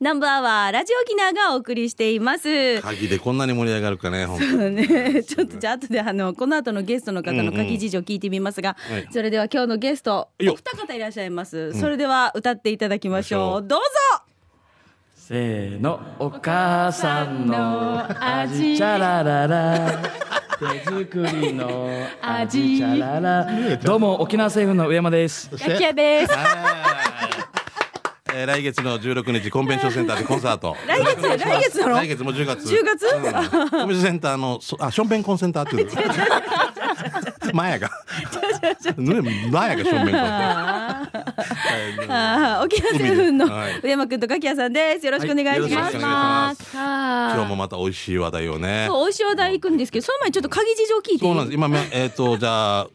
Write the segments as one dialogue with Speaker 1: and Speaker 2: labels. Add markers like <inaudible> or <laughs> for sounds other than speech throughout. Speaker 1: ナンバーはラジオキナがお送りしています。 <laughs>
Speaker 2: <laughs> 鍵でこんなに盛り上がるかね、本当に。
Speaker 1: ね、ちょっとじゃあ後であのこの後のゲストの方の書き事情聞いてみますが、
Speaker 2: はい
Speaker 1: それでは今日のゲストお
Speaker 2: いよ
Speaker 1: 二方いらっしゃいます。それでは歌っていただきましょう。どうぞ。
Speaker 3: せーの、お母さんの味、チャラララ。 <laughs> 手作りの味、チャララ。どうも、沖縄政府の上山です。
Speaker 1: やきやです。
Speaker 2: <laughs> えー来月の16日コンベンションセンターでコンサート。
Speaker 1: <laughs> 来月来月なの
Speaker 2: 来月も10月。
Speaker 1: 10月
Speaker 2: うんコンベンションセンターのそあションベンコンセンターっていう <laughs> の。前やが。ね前やがションベンコンセンター。はい
Speaker 1: あー沖縄セブンの
Speaker 2: はい
Speaker 1: 上山くんとかきやさんです。よろしくお願いし
Speaker 2: よろ
Speaker 1: ま
Speaker 2: し
Speaker 1: す。
Speaker 2: くお願いします。
Speaker 1: は
Speaker 2: 今
Speaker 1: い
Speaker 2: 日もまた美味しい話題をね。
Speaker 1: そう、おいしい話題行くんですけど、その前にちょっと鍵事情聞いていい
Speaker 2: そうなんです。今めえっ、とじゃあ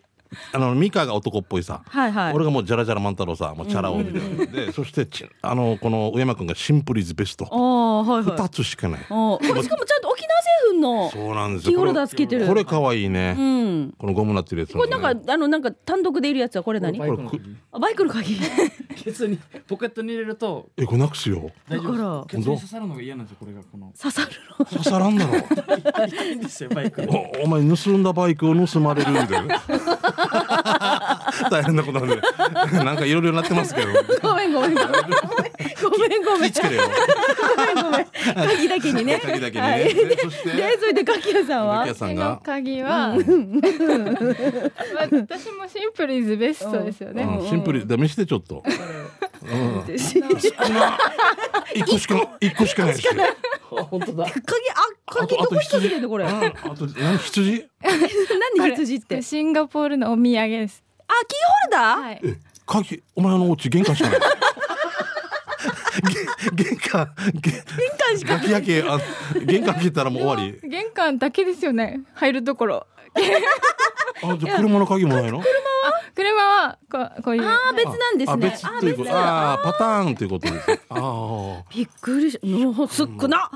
Speaker 2: あのミカが男っぽいさ。
Speaker 1: はいはい
Speaker 2: 俺がもうジャラジャラ万太郎さ、もうチャラ男みたいな。で、そしてちあのこの上山くんがシンプルイズベスト。
Speaker 1: おーはいはい。
Speaker 2: 二つしかない。
Speaker 1: おーこれしかもちゃんと沖縄製粉の
Speaker 2: そうなんですよ。
Speaker 1: キーホルダーつけてる。
Speaker 2: これ可愛いね。
Speaker 1: うん。
Speaker 2: このゴムなってるやつ、ね。
Speaker 1: これなんか、あの、なんか単独でいるやつはこれ何
Speaker 3: バイクの鍵
Speaker 1: あバイクの <laughs> 鍵。
Speaker 3: ケツに、ポケットに入れると、
Speaker 2: え、これなくすよ。
Speaker 3: 大丈夫
Speaker 1: だ
Speaker 3: です。ケツに刺さるのが嫌なんですよ、これが。この。
Speaker 1: 刺さるの。
Speaker 2: 刺さらんだろ。
Speaker 3: いいんですよ、バイク。
Speaker 2: おお前盗んだバイクを盗まれるみた <laughs> いな。大変なことなんで。なんかいろいろなってますけど。
Speaker 1: ごめんごめんごめん。ごめんご
Speaker 2: 気
Speaker 1: め
Speaker 2: ぃ
Speaker 1: ん。
Speaker 2: つけれよ。
Speaker 1: ごめんごめん。鍵だけにね。
Speaker 2: 鍵だけにね
Speaker 1: はい
Speaker 2: で
Speaker 1: で
Speaker 2: そして
Speaker 1: でそれで鍵屋さんは
Speaker 2: 竹谷。さ
Speaker 4: 私
Speaker 2: ん
Speaker 4: の
Speaker 2: が。
Speaker 4: 鍵は、 <laughs> 私もシンプルイズベストですよね、
Speaker 2: うんシンプルで見してちょっと。
Speaker 1: し鍵
Speaker 2: 一個しか一個しかないし。
Speaker 3: <laughs> 本当だ。
Speaker 1: あ鍵どこにかけてんのこれ。
Speaker 2: うん
Speaker 1: な
Speaker 2: あと何羊？
Speaker 1: <laughs> んで羊っ
Speaker 4: こ
Speaker 1: て。あ
Speaker 4: れ
Speaker 1: キー
Speaker 4: シンガポールのお土産です
Speaker 1: ホルダー。
Speaker 4: はい
Speaker 2: え鍵お前のお家玄関しかない。げ <laughs> 玄関玄関しか。ガキガキあ玄関切ったらもう終わり。
Speaker 4: 玄関だけですよね入るところ
Speaker 2: あじゃあ車の鍵もないの？
Speaker 4: 車はこうこういう
Speaker 1: あ別なんです
Speaker 2: あ
Speaker 1: ね
Speaker 2: 別。ということ。ああパターンということです。ああ。
Speaker 1: びっくりし、もうすっくな。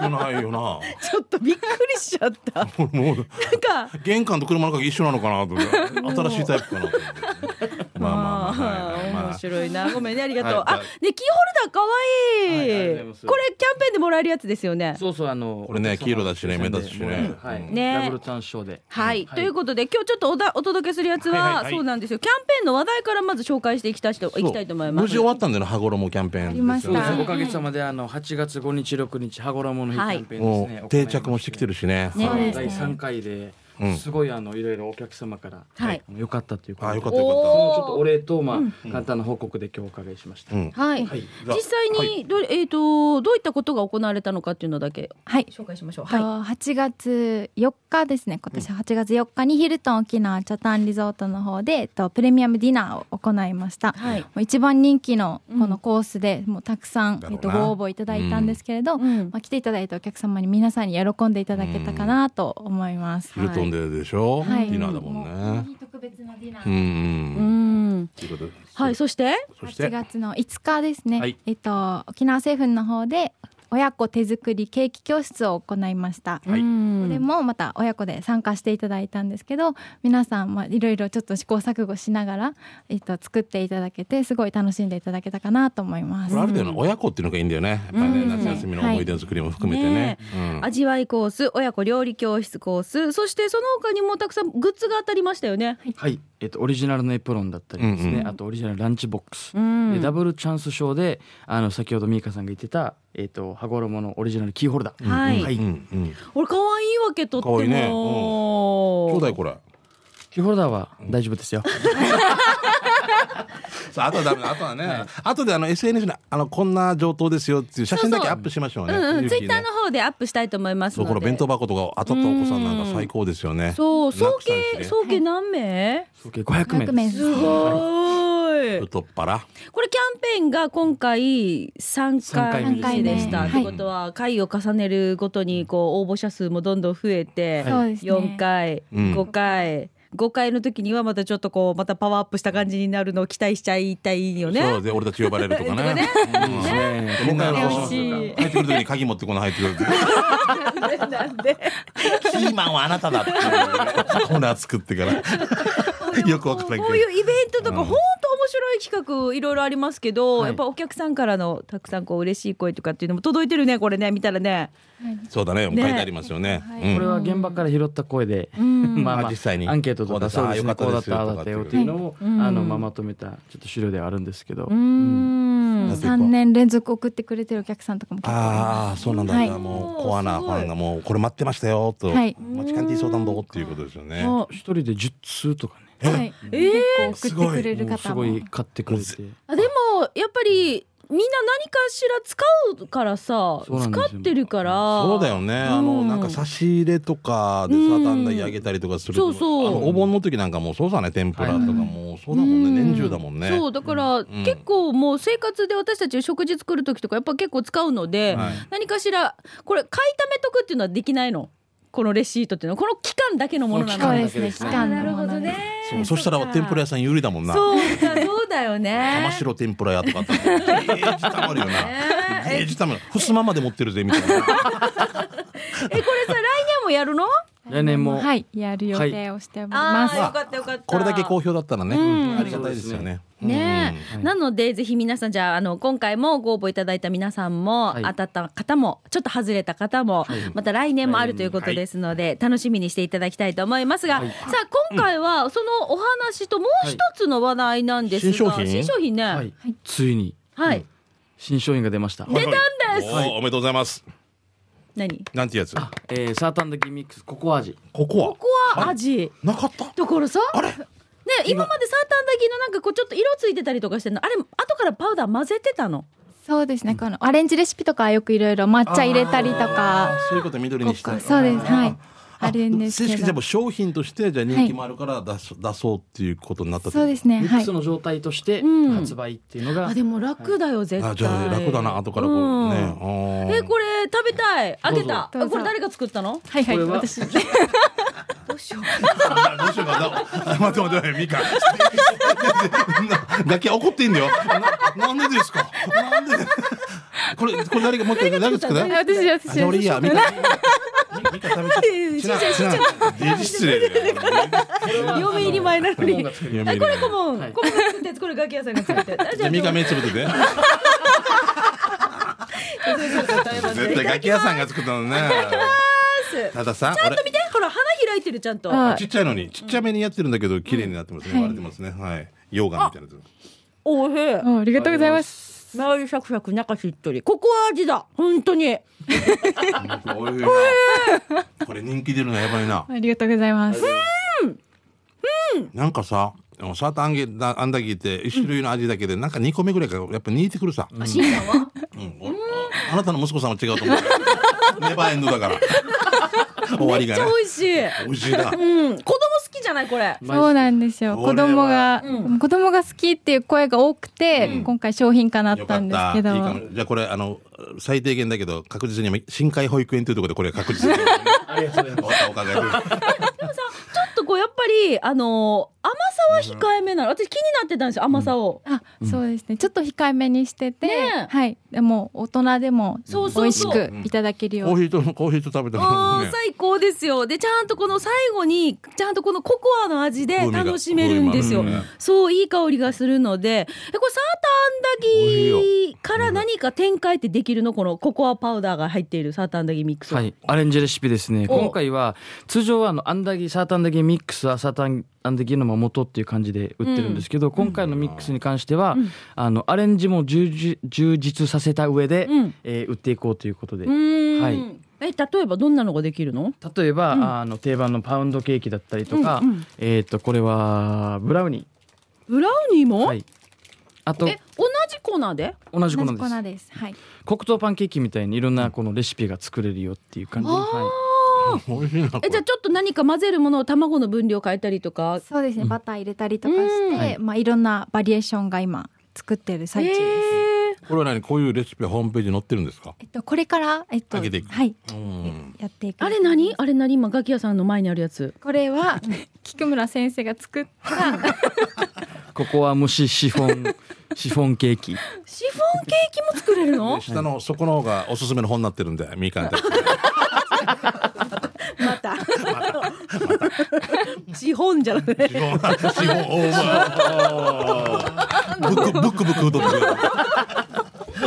Speaker 2: 少ないよな。
Speaker 1: ちょっとびっくりしちゃった。なん
Speaker 2: もう
Speaker 1: か。
Speaker 2: 玄関と車の鍵一緒なのかなと思って新しいタイプかなと思って。まあまあまあはいま
Speaker 1: 面
Speaker 2: あ。
Speaker 1: 白いな。ごめんね、ありがとう
Speaker 2: はい。
Speaker 1: あ、で、キーホルダー可愛
Speaker 3: はいありがとうござい
Speaker 1: い
Speaker 3: ま
Speaker 1: こ
Speaker 3: す
Speaker 1: れキャンペーンでもらえるやつですよね。
Speaker 3: そうそう、あの。
Speaker 2: これね
Speaker 3: お客様
Speaker 2: 黄色だしね目立つしね
Speaker 3: はい。
Speaker 1: ね
Speaker 3: ダブルチャンスショーで。
Speaker 1: はい、ということで今日ちょっとおだお届けするやつは、
Speaker 2: はいはいはい
Speaker 1: そうなんですよキャンペーンの話題からまず紹介していきたいといきたいと思います
Speaker 2: 無事終わったんだよな羽衣キャンペーン。
Speaker 4: ありまし
Speaker 3: そうです
Speaker 4: た
Speaker 3: おかげさまで、あの、8月5日、6日、羽衣の日キャンペーンです
Speaker 2: も
Speaker 3: ね。
Speaker 2: う定着もしてきてるしね。
Speaker 1: ね
Speaker 3: はい
Speaker 1: そうです
Speaker 3: 第3回で
Speaker 2: うん
Speaker 3: すごいあのいろいろお客様から
Speaker 1: はい
Speaker 3: あの良かったということ
Speaker 2: あ、
Speaker 3: で
Speaker 2: よかっ
Speaker 3: そ
Speaker 2: たよかっ
Speaker 3: のちょっと
Speaker 1: お
Speaker 3: お礼とまあ簡単な報告で今日お伺いしました
Speaker 2: た。うん。
Speaker 1: はい、
Speaker 3: はい
Speaker 1: 実際にど,、えー、とどういったことが行われたのかっていうのだけ
Speaker 5: はい。
Speaker 1: 紹介しましょうはい
Speaker 5: 8月4日ですね今年8月4日にヒルトン沖縄チャタンリゾートの方で、えっと、プレミアムディナーを行いました、
Speaker 1: はい
Speaker 5: もう一番人気の
Speaker 1: うん
Speaker 5: このコースで、もうたくさん
Speaker 2: だ、
Speaker 5: え
Speaker 2: ろ
Speaker 5: っ
Speaker 2: う
Speaker 5: と、
Speaker 2: な
Speaker 5: ご応募いただいたんですけれど、
Speaker 1: うん
Speaker 5: まあ、来ていただいたお客様に皆さんに喜んでいただけたかなと思います、
Speaker 2: ヒルトンででしょ。デ
Speaker 5: はい
Speaker 2: ィナーだもんね。
Speaker 5: 日特別なディナ
Speaker 2: う
Speaker 1: うん
Speaker 2: うん。
Speaker 1: ん
Speaker 2: ということで。
Speaker 1: はいそして
Speaker 2: そし
Speaker 5: 8
Speaker 2: て。
Speaker 5: 月の5日ですね、
Speaker 2: はい
Speaker 5: えっと、沖縄政府の方で親子手作りケーキ教室を行いました、
Speaker 2: はい
Speaker 1: うん
Speaker 5: これもまた親子で参加していただいたんですけど皆さんまあいろいろちょっと試行錯誤しながら、えっと、作っていただけてすごい楽しんでいただけたかなと思いま
Speaker 2: こ
Speaker 5: す
Speaker 2: れある程度の親子っていうのがいいんだよね。やっぱりね
Speaker 1: うん
Speaker 2: 夏休みの思い出作りも含めてね。うん
Speaker 1: 味わいコース親子料理教室コースそしてその他にもたくさんグッズが当たりましたよね、
Speaker 3: はいえっとオリジナルのエプロンだったりです
Speaker 2: うん
Speaker 3: ねあとオリジナルランチボックス
Speaker 1: うん
Speaker 3: でダブルチャンスショーであの先ほどミーカさんが言ってたえっと羽衣のオリジナルキーホルダー
Speaker 1: はい、
Speaker 3: はい
Speaker 2: うんうん。
Speaker 1: 俺可愛いわけとっても
Speaker 2: 可愛いねうん。兄弟これ。
Speaker 3: キーホルダーは大丈夫ですよ
Speaker 2: さあ、あとはダメだ。あとはね。あとであの SNS のあのこんな上等ですよっていう写真だけアップしましょうね。
Speaker 1: うんうん、
Speaker 2: 勇
Speaker 1: ツイ
Speaker 2: 気ね
Speaker 1: ッターの。方でアップしたいと思います
Speaker 2: そう
Speaker 1: の
Speaker 2: こ
Speaker 1: で
Speaker 2: の弁当箱とか当たったお子さんなんか最高ですよね。
Speaker 1: そう総
Speaker 2: なくさん
Speaker 1: 計
Speaker 2: しね
Speaker 1: 総計何名、
Speaker 3: 合計500名
Speaker 5: 100名
Speaker 3: で
Speaker 5: ですす
Speaker 1: すごい
Speaker 2: 太っ腹。
Speaker 1: これキャンペーンが今回3
Speaker 3: 三
Speaker 1: 回目で
Speaker 5: 回目で
Speaker 1: し
Speaker 5: すね
Speaker 1: た。
Speaker 5: はい
Speaker 1: ってことは回を重ねるごとにこう応募者数もどんどん増えて、
Speaker 5: そうですね
Speaker 1: 4回、
Speaker 2: うん
Speaker 1: 5回。5回の時にはまたちょっとこうまたパワーアップした感じになるのを期待しちゃいたいよ
Speaker 2: そ
Speaker 1: ね。
Speaker 2: うで俺たち呼ばれるとか
Speaker 1: とか
Speaker 2: ね
Speaker 1: ね。
Speaker 2: うん
Speaker 3: ねえ
Speaker 2: みんな
Speaker 3: 今
Speaker 2: あの
Speaker 3: 回は
Speaker 5: 美味しい
Speaker 2: 入ってくる時に鍵持ってこない入ってくる
Speaker 1: <laughs> なんで
Speaker 2: キーマンはあなただっていうコーナー作ってからよくわからんけど
Speaker 1: こういうイベントとか本当面白い企画いろいろありますけど、
Speaker 3: はい
Speaker 1: やっぱお客さんからのたくさんこう嬉しい声とかっていうのも届いてるねこれね見たらね。
Speaker 2: そうだね、書いてありますよね。
Speaker 5: は
Speaker 2: うん
Speaker 5: い
Speaker 3: これは現場から拾った声で、
Speaker 1: うん
Speaker 3: まあまあ、
Speaker 2: 実際に
Speaker 3: アンケートとかそうですね、
Speaker 2: こう
Speaker 3: こう
Speaker 2: だ
Speaker 3: だ
Speaker 2: っ
Speaker 3: ったた、
Speaker 2: ああ
Speaker 3: ああ
Speaker 2: だっ
Speaker 3: だったた
Speaker 2: よ
Speaker 3: よ
Speaker 2: っ
Speaker 3: ってて
Speaker 2: い
Speaker 3: いううのを、
Speaker 1: うん
Speaker 3: あの、まあまとめた、ちょっと資料ではあるんですけど、
Speaker 1: うーん
Speaker 2: だって
Speaker 5: 3年連続送ってくれてるお客さんとかも結構います
Speaker 2: ああ、そうなんだ、
Speaker 5: はい
Speaker 2: もうコアな
Speaker 1: す
Speaker 2: フ
Speaker 1: ごい
Speaker 2: ァンがもうこれ待ってましたよと、
Speaker 5: はい
Speaker 2: 待ちかねていそうだんどっていうことですよね。
Speaker 1: あ
Speaker 3: 一人で10通とかね、
Speaker 5: はい、
Speaker 1: え
Speaker 5: 結
Speaker 1: ー
Speaker 5: 構送ってくれる
Speaker 3: す
Speaker 5: 方も
Speaker 3: ごい買ってくれて、
Speaker 1: あでもやっぱりみんな何かしら使うからさ
Speaker 3: そうなんです
Speaker 1: 使
Speaker 3: よ
Speaker 1: ってるから
Speaker 2: そうだよね、あの
Speaker 1: うん
Speaker 2: なんか差し入れとかで
Speaker 1: う
Speaker 2: さ
Speaker 1: ん
Speaker 2: たんだりあげたりとかする
Speaker 1: そうそう
Speaker 2: あのお盆の時なんかもうそうだね天ぷらとかもうそうだもんね、
Speaker 1: うん
Speaker 2: 年中だもんね
Speaker 1: そうだから、結構もう生活で私たち食事作る時とかやっぱ結構使うので、
Speaker 2: はい
Speaker 1: 何かしらこれ買いためとくっていうのはできないのこのレシートっていうのはこの期間だけのものな
Speaker 3: 期
Speaker 5: そう
Speaker 1: の
Speaker 3: 間
Speaker 5: で
Speaker 3: だけ
Speaker 5: す
Speaker 3: で
Speaker 5: ね
Speaker 3: す
Speaker 5: 期
Speaker 3: ね
Speaker 1: あ
Speaker 5: 間
Speaker 1: なる
Speaker 5: の
Speaker 1: ほ
Speaker 5: も
Speaker 1: ど
Speaker 5: の
Speaker 1: ね
Speaker 5: で
Speaker 2: そうそしたら天ぷら屋さん有利だもんな
Speaker 1: そうかそうだよ
Speaker 2: 玉
Speaker 1: ね
Speaker 2: 城天ぷら屋とかってゲ <laughs> ージたまるよなゲージたまるふすままで持ってるぜみたいな <laughs>
Speaker 1: えこれさ来年もやるの
Speaker 3: 来年も、
Speaker 5: はいやる予定をしております、
Speaker 1: ーよかったよかった
Speaker 2: これだけ好評だったらね、
Speaker 1: うん
Speaker 2: ありがたいですよね
Speaker 1: ね
Speaker 2: うん
Speaker 1: え、
Speaker 3: はい
Speaker 1: なのでぜひ皆さんじゃああの今回もご応募いただいた皆さんも、
Speaker 3: はい
Speaker 1: 当たった方もちょっと外れた方も、また来年もあるということですので、楽しみにしていただきたいと思いますが、
Speaker 3: はい
Speaker 1: さあ今回はそのお話ともう一つの話題なんですが、
Speaker 2: 新商品
Speaker 1: 新商品ね、は
Speaker 3: はいいついに、うん新商品が出ました。
Speaker 1: 出たんです、
Speaker 2: おーおめでとうございます
Speaker 1: 何
Speaker 2: なんてやつ
Speaker 3: あえー、サータンだけミックスココア味
Speaker 2: ここは
Speaker 1: ここは味、
Speaker 2: なかった
Speaker 1: だからさ
Speaker 2: あれ
Speaker 1: ね、今までサーターアンダギーのなんかこうちょっと色ついてたりとかしてんのあれ後からパウダー混ぜてたの
Speaker 5: そうですねこのアレンジレシピとかよくいろいろ抹茶入れたりと
Speaker 2: あ
Speaker 5: か
Speaker 2: そういうこと緑
Speaker 5: こ
Speaker 2: にした
Speaker 5: こそうですはい
Speaker 2: あ
Speaker 5: あるんです
Speaker 2: 正
Speaker 5: け
Speaker 2: 式にで
Speaker 5: ど
Speaker 2: も商品としてじゃあ人気もあるから出そ,、出そうっていうことになったって
Speaker 5: そうですね
Speaker 3: ミッ
Speaker 5: は
Speaker 3: ク
Speaker 5: い
Speaker 3: スの状態として
Speaker 1: うん
Speaker 3: 発売っていうのが、
Speaker 1: あでも楽だよ絶対
Speaker 2: あじゃあ楽だな後からこう、
Speaker 1: ん
Speaker 2: ねあー
Speaker 1: えこれ食べたい開けたあ
Speaker 5: どうぞ
Speaker 1: これ誰が作ったの
Speaker 5: はいはい
Speaker 3: これは
Speaker 5: 私
Speaker 2: あどうしようかなあ待って待って待ってみかんな <laughs> だけ怒ってんだよななんでですかなんでこれこれ誰がもう一回誰が作った
Speaker 4: あ私私
Speaker 2: あじゃあ俺いいやみかんみみかん食べてしなしなデジ失礼だよ
Speaker 1: 嫁入り前なのに
Speaker 2: 嫁入り
Speaker 1: あ
Speaker 2: 前
Speaker 1: これ顧問顧問
Speaker 3: はい
Speaker 1: が作ったやつこれガキ屋さんが作
Speaker 2: <laughs>
Speaker 1: ったやつあ
Speaker 2: じゃあみかん目つぶってて絶対ガキ屋さんが作ったのね。たださ、
Speaker 1: ちょっと見てほら花開いてるちゃんと
Speaker 5: あ
Speaker 2: 俺ちっちゃいのにちっちゃめにやってるんだけど綺麗になってますね。割れてますね。はい。溶岩みたいなや
Speaker 1: おいしい
Speaker 4: あありがとうございます
Speaker 1: 周りシャクシャク中しっとりここは味だ本当に
Speaker 2: つ。おいしいなこれ人気出るのやばいな。
Speaker 5: ありがとうございます
Speaker 2: なんかさ、サーターアンゲアンダギーって一種類の味だけでなんか2個目ぐらいからやっぱ似てくるさ。うん
Speaker 1: しんちゃんは
Speaker 2: 俺あなたの息子さんは違うと思う。ネバーエンドだから。終わり
Speaker 1: めっ
Speaker 2: が
Speaker 1: ち
Speaker 2: ね
Speaker 1: ゃ。美味しい
Speaker 2: 美味しいな。
Speaker 1: うん子供好きじゃないこれ
Speaker 5: そうなんですよ
Speaker 2: これ
Speaker 5: 子
Speaker 2: は
Speaker 5: 供が、
Speaker 1: うん
Speaker 5: 子供が好きっていう声が多くて、今回商品化なったんですけど
Speaker 2: よかったいいかもじゃあこれあの最低限だけど確実に深海保育園というところでこれ確実に。
Speaker 3: ありがとうございます。
Speaker 2: おかげで。
Speaker 1: ちょっとこうやっぱりあの甘さは控えめなの私気になってたんですよ甘さを
Speaker 5: あそうですねちょっと控えめにしてて、
Speaker 1: ねえ
Speaker 5: はいでも大人でも美
Speaker 1: そうそう
Speaker 5: 味し
Speaker 1: そう
Speaker 5: くいただけるよう
Speaker 2: コー
Speaker 5: に
Speaker 2: ヒーとコーヒーと食べた
Speaker 1: お
Speaker 2: の
Speaker 1: ー
Speaker 2: ね。
Speaker 1: 最高ですよでちゃんとこの最後にちゃんとこのココアの味で
Speaker 2: 風味が
Speaker 1: 楽しめるんですよ、
Speaker 2: 風味もあるね
Speaker 1: そういい香りがするのでえこれサーターアンダギーから何か展開ってできるのこのココアパウダーが入っているサーターアンダギーミックス、
Speaker 3: はい、アレンジレシピですね。
Speaker 1: お
Speaker 3: 今回は通常はあのアンダギーサーターアンダギーミックスはサーターアンダギーのまま元っていう感じで売ってるんですけど、今回のミックスに関しては、あのアレンジも充実充実させた上で、
Speaker 1: うん
Speaker 3: えー売っていこうということで。
Speaker 1: うーん、
Speaker 3: はい
Speaker 1: え例えばどんなのができるの
Speaker 3: 例えば、あの定番のパウンドケーキだったりとか、
Speaker 1: うんうん
Speaker 3: えっ、とこれはブラウニ
Speaker 1: ブラウニー
Speaker 3: ー、
Speaker 1: も、
Speaker 3: はい、あと
Speaker 1: え同じ粉で
Speaker 3: 同じ
Speaker 5: 同
Speaker 3: もの
Speaker 5: じ
Speaker 3: です
Speaker 5: 粉ですはい
Speaker 3: 黒糖パンケーキみたいにいろんなこのレシピが作れるよっていう感じで、は
Speaker 2: 美味しいな。
Speaker 1: えじゃあちょっと何か混ぜるものを卵の分量変えたりとか
Speaker 5: そうですね、バター入れたりとか
Speaker 1: うん
Speaker 5: して、
Speaker 3: はい
Speaker 5: い、まあいろんなバリエーションが今作ってる最中です、
Speaker 1: えー
Speaker 2: これは何こういうレシピはホームページに載ってるんですか。
Speaker 5: えっとこれからえっと
Speaker 2: 上げていく
Speaker 5: はい
Speaker 2: うん。
Speaker 5: やっていく
Speaker 1: あれ何あれ何今ガキ屋さんの前にあるやつ
Speaker 5: これは <laughs> 菊村先生が作った
Speaker 3: い、ここは蒸しシフォンシフォンケーキ
Speaker 1: シフォンケーキも作れる <laughs> の
Speaker 2: 下のそこの方がおすすめの本になってるんでみかんたち。
Speaker 1: また資本じゃなくて
Speaker 2: 資本資本お前ブックブックブックうどん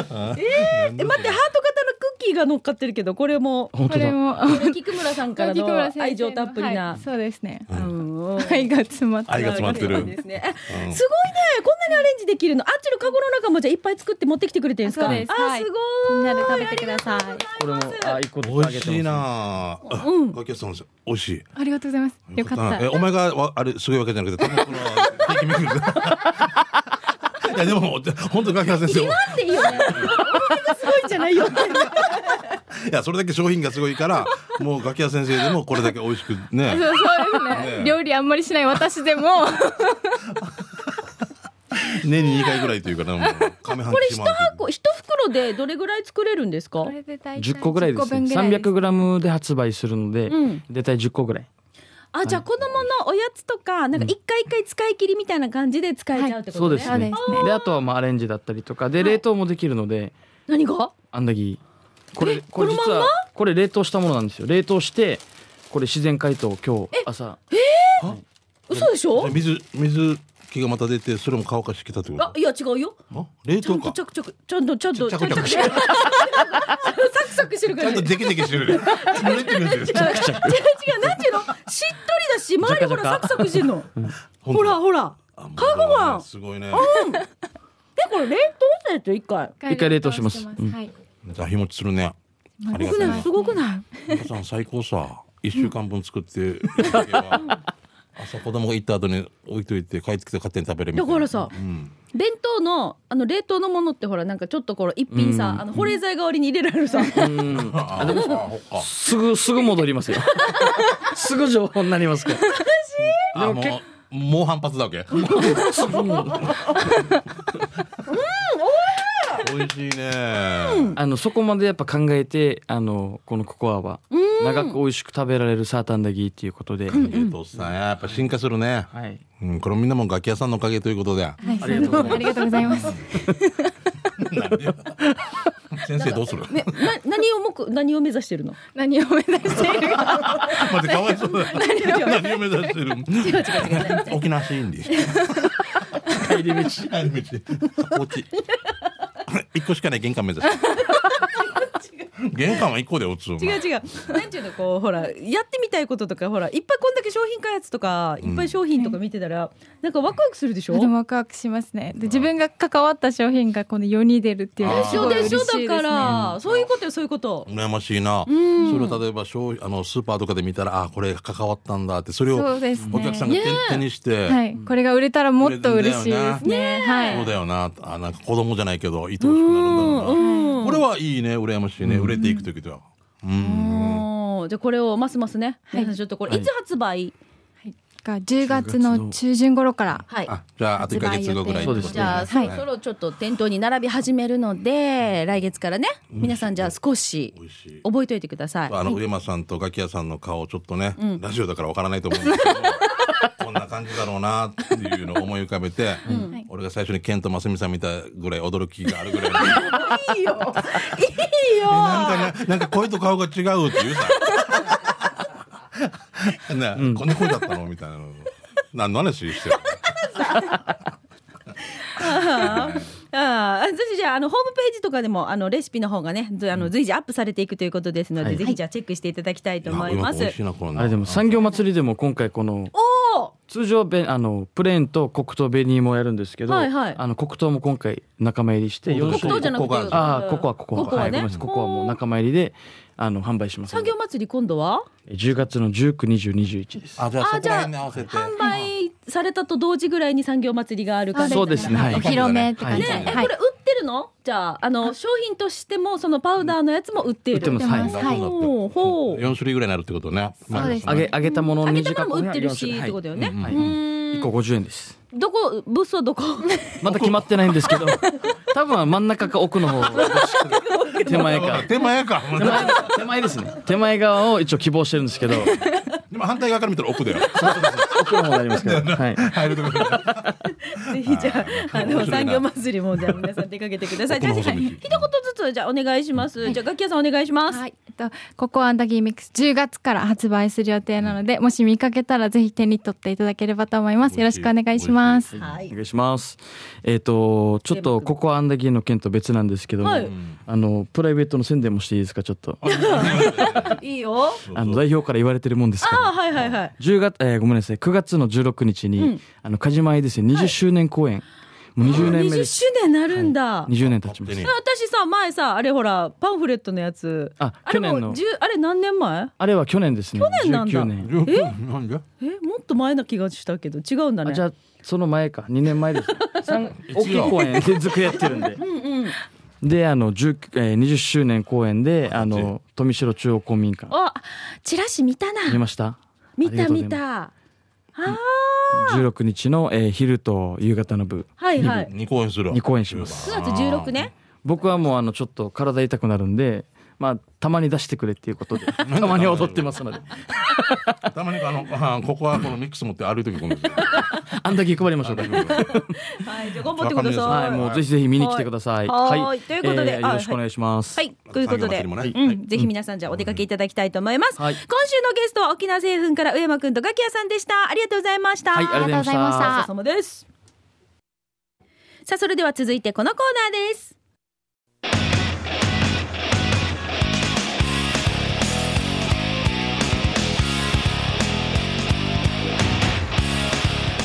Speaker 2: え
Speaker 1: え待ってハート型のクッキーが乗っかってるけどこれも
Speaker 3: 本
Speaker 4: こ
Speaker 3: 当
Speaker 4: れ
Speaker 3: だ。
Speaker 4: も
Speaker 1: 菊村さ
Speaker 5: <laughs>
Speaker 1: んから
Speaker 4: 木村先生の
Speaker 1: の愛情たっぷり
Speaker 4: は、
Speaker 1: ない
Speaker 4: そうですね
Speaker 1: うん
Speaker 4: 愛が詰まって
Speaker 2: 愛が詰まってる
Speaker 1: ですね。あすごいね。こんなにアレンジできるの。あっちのカゴの中もじゃあいっぱい作って持ってきてくれてるんですか。
Speaker 5: そうです
Speaker 1: あ
Speaker 5: はい
Speaker 1: す
Speaker 5: みん
Speaker 1: ごい。
Speaker 5: なで食べてください
Speaker 3: これもあ一個ずつ
Speaker 2: 美
Speaker 3: あげ
Speaker 2: 味
Speaker 3: て
Speaker 2: しい
Speaker 3: ま
Speaker 2: な
Speaker 1: うん
Speaker 2: ガキヤスさん美味しい
Speaker 4: ありがとうございますよかった
Speaker 2: えお前がわあれすごいわけじゃなくて多分この平気めくるいやでも本当にガキヤス先生
Speaker 1: っていい <laughs> よね。すごいんじゃ
Speaker 2: <laughs>
Speaker 1: ないよ。
Speaker 2: いやそれだけ商品がすごいからもうガキヤス先生でもこれだけ美味しくね
Speaker 4: そうそうですね
Speaker 2: ね
Speaker 4: 料理あんまりしない私 <laughs> でも
Speaker 2: 年に2回ぐらいというかなもう亀半
Speaker 1: これ
Speaker 2: 吉
Speaker 1: 一
Speaker 2: 満
Speaker 1: 箱一袋でどれぐらい作れるんですか
Speaker 5: こ。れで大体
Speaker 3: す。10個ぐらいですね。
Speaker 5: 10個分ぐらい
Speaker 3: 300グラムで発売するので
Speaker 1: うん、
Speaker 3: 大体10個ぐらい。
Speaker 1: あじゃあ子供のおやつとかなんか一回一回使い切りみたいな感じで使えちゃうってこ
Speaker 3: そ
Speaker 1: と
Speaker 3: うで
Speaker 1: ね。
Speaker 3: すね
Speaker 5: そうです。
Speaker 3: であとはまあアレンジだったりとかで冷凍もできるので、
Speaker 1: 何が？
Speaker 3: あんだぎ。こ
Speaker 1: え
Speaker 3: れこれ
Speaker 1: この
Speaker 3: 実
Speaker 1: まんま
Speaker 3: はこれ冷凍したものなんですよ。冷凍してこれ自然解凍今日朝。
Speaker 1: 嘘でしょ
Speaker 2: で？水水気がまた出てそれも乾かしてきたってこ
Speaker 1: あ
Speaker 2: と
Speaker 1: いや違うよ。
Speaker 2: あ冷
Speaker 1: ちゃ
Speaker 2: 凍
Speaker 1: んと
Speaker 2: か
Speaker 1: ちゃくちゃくちゃんとちゃんと
Speaker 2: ちゃくちゃく
Speaker 1: ちゃんとサクサクしてる
Speaker 2: ち
Speaker 1: 感
Speaker 2: ゃん
Speaker 1: じ
Speaker 2: と。デキデキしてるね。濡れてるん
Speaker 1: 違う違う違う
Speaker 2: だよ。
Speaker 1: なんていうのしっとりだし周りほら
Speaker 3: ジャカジャカ
Speaker 1: サクサクしてんのほらほら
Speaker 2: あ、
Speaker 1: カーゴマン
Speaker 2: すごいね。
Speaker 1: でこれ冷凍したやつ一回
Speaker 3: 一回冷凍しますうん
Speaker 5: はい
Speaker 2: あ、日持ちするね。あり
Speaker 1: す
Speaker 2: が
Speaker 1: ご
Speaker 2: と
Speaker 1: く
Speaker 2: う
Speaker 1: ない
Speaker 2: ね
Speaker 1: す。ごくない
Speaker 2: 皆さん最高さ。一週間分作っていただければ。朝子供が行った後に置いといて帰ってきて勝手に食べれみたいな。
Speaker 1: だからさ
Speaker 2: うん。
Speaker 1: 弁当のあの冷凍のものってほらなんかちょっとこの一品さあの保冷剤代わりに入れられるさ
Speaker 3: うん。
Speaker 2: あ、でもそっか。
Speaker 3: すぐすぐ戻ります <laughs> よ。すぐ情報になりますから。
Speaker 2: あ、もうもう反発だわけ。美味しいね。
Speaker 3: あのそこまでやっぱ考えてあのこのココアは長く美味しく食べられるサータンダギーっていうことで、
Speaker 2: 冷凍さんやっぱ進化するね。
Speaker 3: はい。
Speaker 2: うん、これみんなもガキ屋さんのおかげということで。
Speaker 5: はい
Speaker 3: ありがとうございます
Speaker 5: ありがとうございます
Speaker 2: 先生どうする？
Speaker 1: ねな何をもく何を目指してるの
Speaker 4: 何を目指しているか
Speaker 2: 待ってかわいそうだ。何を目指してる？沖縄シーンで。
Speaker 3: 帰り道。
Speaker 2: 帰り道。お家。一個しかない玄関目指して。玄関は一個で打つ。
Speaker 1: 違
Speaker 2: お
Speaker 1: う
Speaker 2: 前
Speaker 1: 違うなんていうのこうほらやってみたいこととかほらいっぱいこんだけ商品開発とかいっぱい商品とか見てたらなんかワクワクするでしょ
Speaker 4: でもワクワクしますねで自分が関わった商品がこの世に出るっていうのは
Speaker 1: でしょ
Speaker 4: すごい
Speaker 1: で
Speaker 4: 嬉
Speaker 1: し
Speaker 4: しい
Speaker 1: ょ
Speaker 4: ですね
Speaker 1: だからそういうことよそういうこと
Speaker 2: 羨ましいな。それを例えばしょうあのスーパーとかで見たらあこれ関わったんだってそれを
Speaker 4: そうですね
Speaker 2: お客さんが手手にして。
Speaker 4: はいこれが売れたらもっと嬉しいです
Speaker 2: 売れ
Speaker 4: ねは
Speaker 2: そう
Speaker 4: い
Speaker 2: だよな。あなんか子供じゃないけど愛おしくなるんだろうな。これはいいね羨ましいね売れていくときでは。うん。
Speaker 1: おーじゃあこれをますますね、
Speaker 5: はい
Speaker 1: 皆さんちょっとこれいつ発売、
Speaker 5: が10月の中旬頃から
Speaker 1: はい
Speaker 2: あじゃああと一ヶ月後ぐらい。
Speaker 3: そうですね
Speaker 1: じゃあ、そ
Speaker 5: は
Speaker 1: ろ
Speaker 5: い
Speaker 1: そろちょっと店頭に並び始めるので、来月からね皆さんじゃあ少し
Speaker 2: 美味しい。
Speaker 1: 覚えといてください
Speaker 2: あの上間さんとガキ屋さんの顔ちょっとね、ラジオだからわからないと思うんですけど。こんな感じだろうなっていうのを思い浮かべて、俺が最初にケンとマスミさん見たぐらい驚きがあるぐらいのえ
Speaker 1: いいよいいよ
Speaker 2: なんかななんか声と顔が違うっていうさね、こんな声だったのみたいなの何の話してる
Speaker 1: ああぜひじゃああのホームページとかでもあのレシピの方がねずあの随時アップされていくということですので、
Speaker 3: はい
Speaker 1: ぜひじゃあチェックしていただきたいと思いま
Speaker 2: い
Speaker 1: す、
Speaker 2: や美味しいなこの
Speaker 3: あれでも産業祭りでも今回この
Speaker 1: おお
Speaker 3: 通常べあのプレーンと黒糖紅芋をやるんですけど、
Speaker 1: はいはい
Speaker 3: あの黒糖も今回仲間入りして
Speaker 2: 黒
Speaker 3: 4
Speaker 1: 黒
Speaker 3: 種
Speaker 1: 糖じゃな
Speaker 3: 類
Speaker 1: くて
Speaker 2: ここ
Speaker 3: ああここはここは
Speaker 1: ここはね
Speaker 3: はい、ごめんなさいここはもう仲間入りであの販売します
Speaker 1: 産業祭り今度は
Speaker 3: 10月の192021です
Speaker 2: あじゃあ
Speaker 1: あ
Speaker 2: そこら辺に合わせて
Speaker 1: 販売されたと同時ぐらいに産業祭りがあるから
Speaker 3: そうですねはい
Speaker 5: お披露目って感じで、
Speaker 1: ねえ、
Speaker 5: は
Speaker 1: こ
Speaker 5: い
Speaker 1: れ売ってるのじゃああの商品としてもそのパウダーのやつも売っている
Speaker 3: 売ってますはい
Speaker 5: 売って
Speaker 2: はい
Speaker 1: ほうほう
Speaker 2: 4種類ぐらいになるってことね
Speaker 5: そうです
Speaker 3: 揚げ揚げたもの
Speaker 1: 揚
Speaker 3: の
Speaker 1: げ
Speaker 3: 2
Speaker 1: た
Speaker 3: 時間
Speaker 1: ものも売ってるしってことだよね
Speaker 3: はい
Speaker 1: うん
Speaker 3: 1個50円です
Speaker 1: どこブースはどこ
Speaker 3: まだ決まってないんで
Speaker 1: <laughs>
Speaker 3: すけど多分は真ん中か奥の方手前か
Speaker 2: 手前か
Speaker 3: 手前手前ですね手前側を一応希望してるんですけど
Speaker 2: でも反対側から見たら奥だよ
Speaker 3: 奥の方になりますけど、はい、
Speaker 2: 入るところ
Speaker 1: ぜひじゃああ
Speaker 2: 面白
Speaker 1: の
Speaker 2: いな
Speaker 1: 産業祭りもじゃあ皆さん出かけてくださいじゃあ
Speaker 2: 僕の
Speaker 1: じゃ
Speaker 2: 細
Speaker 1: あ
Speaker 2: 道
Speaker 1: 一言ずつじゃあお願いしますじゃあ楽器屋さんお願いします
Speaker 5: はい、えっとココアンダギーミックス10月から発売する予定なので、もし見かけたらぜひ手に取っていただければと思います。よろしくお願いします。
Speaker 1: はい
Speaker 3: お願いします。えっ、と、ちょっとここはアンダギーの件と別なんですけども、
Speaker 1: はい
Speaker 3: あのプライベートの宣伝もしていいですか、ちょっと。
Speaker 1: <laughs> いいよ。
Speaker 3: あの代表から言われてるもんですか
Speaker 1: あ
Speaker 3: ら。
Speaker 1: あ、はいはいはい。
Speaker 3: 10月、えーごめんなさい、9月の16日に、
Speaker 1: うん
Speaker 3: あの、カジマイですね、20周年公演。もう20年目
Speaker 1: 20
Speaker 3: です。
Speaker 1: 周年なるんだ。
Speaker 3: 20年経ちま
Speaker 2: 勝手
Speaker 3: す
Speaker 2: に。
Speaker 1: 私さ、前さ、あれほら、パンフレットのやつ。
Speaker 3: あ、
Speaker 1: あ
Speaker 3: 去
Speaker 1: れ
Speaker 3: 年
Speaker 1: も
Speaker 3: の
Speaker 1: う、。十あれ何年前
Speaker 3: あれは去年ですね。去
Speaker 1: 年なんだ
Speaker 3: 19年。
Speaker 2: えなんで
Speaker 1: え、もっと前な気がしたけど、違うんだ
Speaker 3: あ
Speaker 1: ね。
Speaker 3: じゃあ、その前か、2年
Speaker 1: <laughs>
Speaker 3: 前です。三
Speaker 2: 一応
Speaker 3: 大きい公演連続やってるんで。で、あの、10えー20周年公演で、あの、富城中央公民館。
Speaker 1: あ、チラシ見た
Speaker 3: 見
Speaker 1: な。
Speaker 3: ました
Speaker 1: 見た見
Speaker 3: あ
Speaker 1: た。ああー、
Speaker 3: 16日の、えー昼と夕方の部
Speaker 1: はいはい。
Speaker 2: 二公演する
Speaker 3: 二公演します
Speaker 1: 9月16ね。
Speaker 3: 僕はもうあのちょっと体痛くなるんでまあたまに出してくれっていう
Speaker 1: <laughs>
Speaker 3: ことでたまに踊ってますので
Speaker 2: たまにあのあここはこのミックス持って歩いてくるんですよ
Speaker 3: あんだけ配りましょうか
Speaker 1: はい、じゃあ頑張ってくだ
Speaker 3: は
Speaker 1: さ
Speaker 3: い
Speaker 1: い。
Speaker 3: もうぜひぜひ見に来てください
Speaker 1: はいはいということで
Speaker 3: えーよろしくお願いします、
Speaker 1: はい、ということで、
Speaker 2: 作業祭りもね
Speaker 1: うん
Speaker 2: はい
Speaker 1: ぜひ皆さんじゃあお出かけいただきたいと思います。
Speaker 3: はい
Speaker 1: 今週のゲストは沖縄製粉から上間くんとガキヤさんでした。ありがとうございました。
Speaker 3: はいありがとうございました
Speaker 1: お疲れ様です。さあ、それでは続いてこのコーナーです。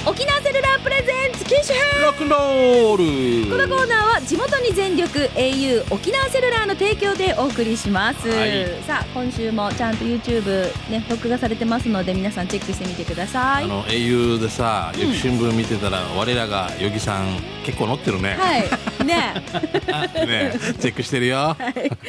Speaker 1: 沖縄セルラープレゼンツ九州編
Speaker 2: ロックンロール
Speaker 1: このコーナーは地元に全力 au 沖縄セルラーの提供でお送りします、
Speaker 2: はい
Speaker 1: さあ今週もちゃんと YouTube ね録画されてますので皆さんチェックしてみてくださ
Speaker 2: あ
Speaker 1: いは
Speaker 2: の英雄でさ、よく新聞見てたら、我らがよぎさん、結構乗ってるね。
Speaker 1: いね <laughs>
Speaker 2: ね、チェックしてるよ。
Speaker 1: えーさあそれで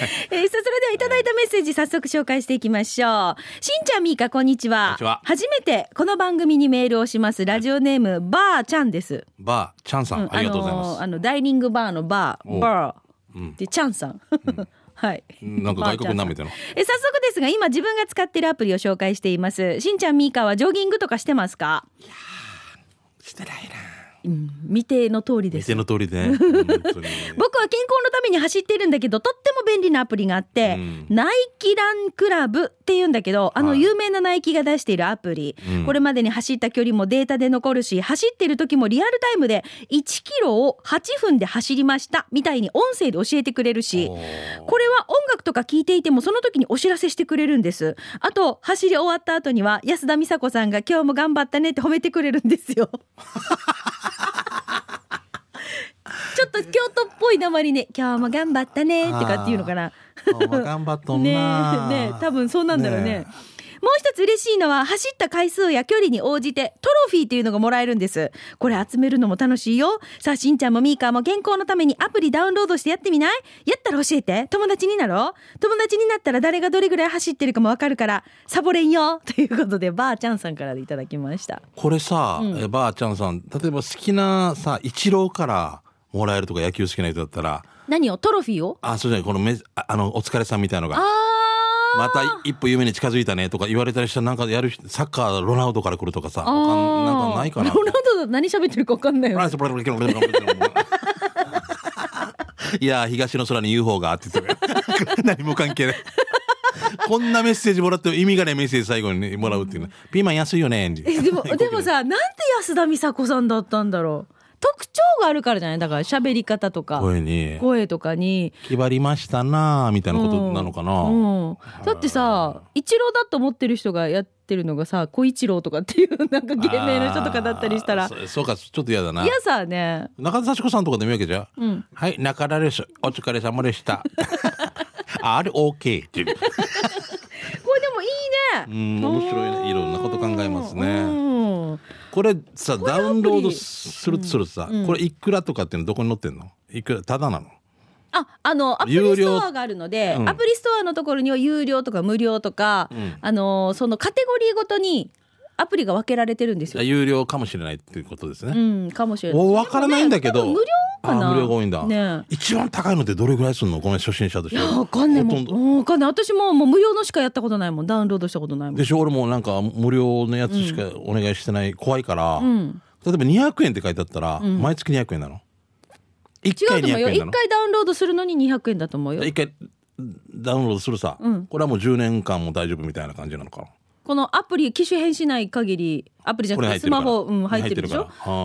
Speaker 1: はいただいたメッセージ早速紹介していきましょうしんちゃんみーかこんにちは
Speaker 2: こんにちは
Speaker 1: 初めてこの番組にメールをしますラジオネームバーちゃんです、
Speaker 2: ばあ、ちゃんさん、
Speaker 1: ん
Speaker 2: ありがとうございま
Speaker 1: あのー
Speaker 2: す
Speaker 1: あ。のダイニングバーのバ
Speaker 2: お
Speaker 1: ーバー、
Speaker 2: うん
Speaker 1: でちゃんさん、 <laughs> はい
Speaker 2: なんか外国なめての。
Speaker 1: え早速ですが今自分が使ってるアプリを紹介していますしんちゃんみーかはジョギングとかしてますか
Speaker 2: してないな。
Speaker 1: 未定の通りです
Speaker 2: 店の通りで。本当に
Speaker 1: 僕は健康のために走っているんだけどとっても便利なアプリがあって、
Speaker 2: うん
Speaker 1: ナイキランクラブっていうんだけどあの
Speaker 2: はい
Speaker 1: 有名なナイキが出しているアプリ、
Speaker 2: うん
Speaker 1: これまでに走った距離もデータで残るし走ってる時もリアルタイムで1キロを8分で走りましたみたいに音声で教えてくれるし
Speaker 2: おー
Speaker 1: これは音楽とか聴いていてもその時にお知らせしてくれるんですあと走り終わった後には安田美沙子さんが今日も頑張ったねって褒めてくれるんですよちょっと京都っぽいなまりね今日も頑張ったねってかっていうのかな
Speaker 2: 今日も頑張っとん
Speaker 1: ね
Speaker 2: な。
Speaker 1: えねえ多分そうなんだろうね
Speaker 2: ね
Speaker 1: もう一つ嬉しいのは走った回数や距離に応じてトロフィーというのがもらえるんですこれ集めるのも楽しいよさあしんちゃんもみーかーも健康のためにアプリダウンロードしてやってみないやったら教えて友達になろう友達になったら誰がどれぐらい走ってるかもわかるからサボれんよ <laughs> ということでばあちゃんさんからいただきました
Speaker 2: これさ、えばあちゃんさん、例えば好きなさ、一郎からもらえるとか、野球好きな人だったら、
Speaker 1: 何をトロフィーを
Speaker 2: あ、そうじゃない、このめ、ああの、お疲れさんみたいなのが
Speaker 1: あ。ー
Speaker 2: また一歩夢に近づいたねとか言われたりしたらなんかやる人サッカーロナウドから来るとかさわかんなんかないかな
Speaker 1: ロナウドだと何喋ってるかわかんないよね
Speaker 2: <laughs> いやー東の空に UFO があって言ってる <laughs> 何も関係ないこんなメッセージもらっても意味がないメッセージ最後にね、もらうっていうねピーマン安いよねエンジ
Speaker 1: え
Speaker 2: <laughs>
Speaker 1: でもでもさなんで安田美沙子さんだったんだろう特徴があるからじゃないだから喋り方とか声
Speaker 2: 声に
Speaker 1: とかに
Speaker 2: 「決まりましたなー」みたいなことなのかな、
Speaker 1: うん、だってさ一郎だと思ってる人がやってるのがさ小一郎とかっていう <laughs> なんか芸名の人とかだったりしたら
Speaker 2: あーそそうかちょっと嫌だな
Speaker 1: 嫌さね
Speaker 2: 中田幸子さんとかでもいいわけじゃん、 <laughs>
Speaker 1: うん
Speaker 2: はい中田ですお疲れ様でした
Speaker 1: <laughs>
Speaker 2: ああれ OK ってい
Speaker 1: これで
Speaker 2: う
Speaker 1: もいいね
Speaker 2: うん面白いねいろんなこと考えますね
Speaker 1: うん
Speaker 2: これさダウンロー
Speaker 1: アプ
Speaker 2: ド
Speaker 1: リ
Speaker 2: するとするとさ、
Speaker 1: うん
Speaker 2: これいくらとかっていうのどこに載ってんのいくらただなの
Speaker 1: ああのアプリストアがあるので、
Speaker 2: 有料うん
Speaker 1: アプリストアのところには有料とか無料とか、
Speaker 2: うん
Speaker 1: あのそのカテゴリーごとにアプリが分けられてるんですよ
Speaker 2: あ有料かもしれないっていうことですね、
Speaker 1: うん、かもしれない。
Speaker 2: お分からないんだけ
Speaker 1: で
Speaker 2: ど、
Speaker 1: もね多分無料かな
Speaker 2: あ無料が多いんだ、
Speaker 1: ね
Speaker 2: 一番高いのってどれぐらいするのごめん初心者とし
Speaker 1: い
Speaker 2: て
Speaker 1: や、わかんないも
Speaker 2: ほ
Speaker 1: ん。
Speaker 2: とんど
Speaker 1: うんわかんない。私ももう無料のしかやったことないもん。ダウンロードしたことないもん
Speaker 2: で。しょ俺もなんか無料のやつしかお願いしてない、怖いから、
Speaker 1: うん。
Speaker 2: 例えば200円って書いてあったら、毎月200円なの1
Speaker 1: 違
Speaker 2: 回
Speaker 1: うと思うよ。
Speaker 2: 200円
Speaker 1: 一
Speaker 2: なの
Speaker 1: 回ダウンロードするのに200円だと思うよ。
Speaker 2: 一回ダウンロードするさ、
Speaker 1: うん
Speaker 2: これはもう10年間も大丈夫みたいな感じなのかな
Speaker 1: このアプリ機種変しない限りアプリじゃ
Speaker 2: こ
Speaker 1: な
Speaker 2: れ
Speaker 1: くて
Speaker 2: 入
Speaker 1: ス
Speaker 2: ってるから
Speaker 1: マホ、うん、入ってるでしょ
Speaker 2: 入ってからあ